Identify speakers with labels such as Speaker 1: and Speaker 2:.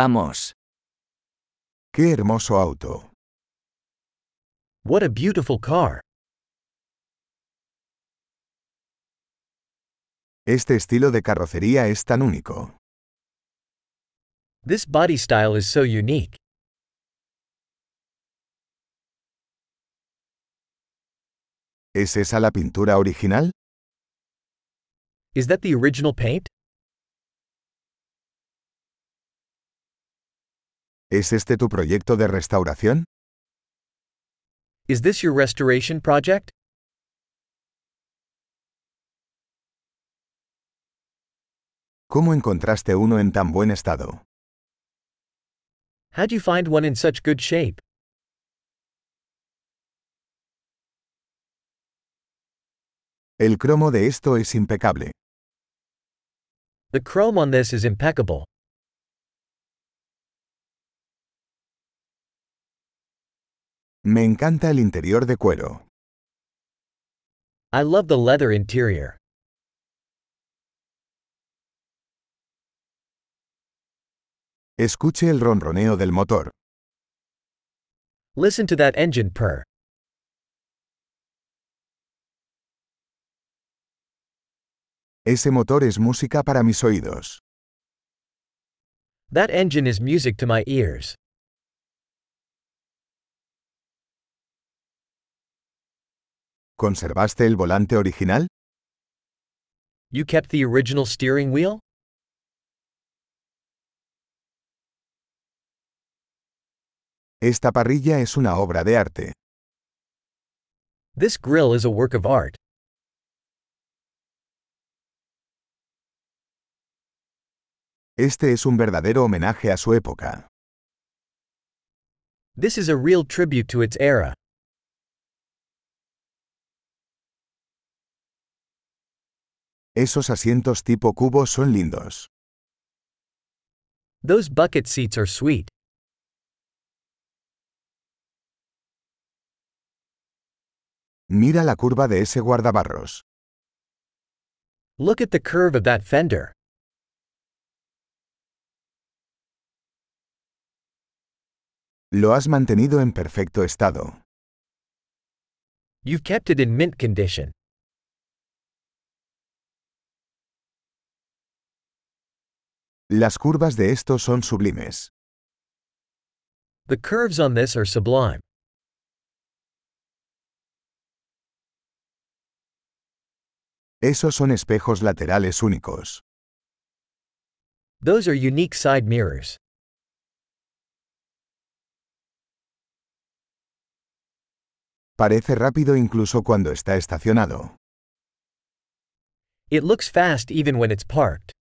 Speaker 1: Vamos.
Speaker 2: ¡Qué hermoso auto!
Speaker 3: What a beautiful car!
Speaker 2: Este estilo de carrocería es tan único.
Speaker 3: This body style is so unique.
Speaker 2: ¿Es esa la pintura original?
Speaker 3: Is that the original paint?
Speaker 2: ¿Es este tu proyecto de restauración?
Speaker 3: Is this your restoration project?
Speaker 2: ¿Cómo encontraste uno en tan buen estado?
Speaker 3: How'd you find one in such good shape?
Speaker 2: El cromo de esto es impecable.
Speaker 3: The chrome on this is impeccable.
Speaker 2: Me encanta el interior de cuero.
Speaker 3: I love the leather interior.
Speaker 2: Escuche el ronroneo del motor.
Speaker 3: Listen to that engine purr.
Speaker 2: Ese motor es música para mis oídos.
Speaker 3: That engine is music to my ears.
Speaker 2: ¿Conservaste el volante original?
Speaker 3: You kept the original steering wheel?
Speaker 2: Esta parrilla es una obra de arte.
Speaker 3: This grill is a work of art.
Speaker 2: Este es un verdadero homenaje a su época.
Speaker 3: This is a real tribute to its era.
Speaker 2: Esos asientos tipo cubo son lindos.
Speaker 3: Those bucket seats are sweet.
Speaker 2: Mira la curva de ese guardabarros.
Speaker 3: Look at the curve of that fender.
Speaker 2: Lo has mantenido en perfecto estado.
Speaker 3: You've kept it in mint condition.
Speaker 2: Las curvas de estos son sublimes.
Speaker 3: The curves on this are sublime.
Speaker 2: Esos son espejos laterales únicos.
Speaker 3: Those are unique side mirrors.
Speaker 2: Parece rápido incluso cuando está estacionado.
Speaker 3: It looks fast even when it's parked.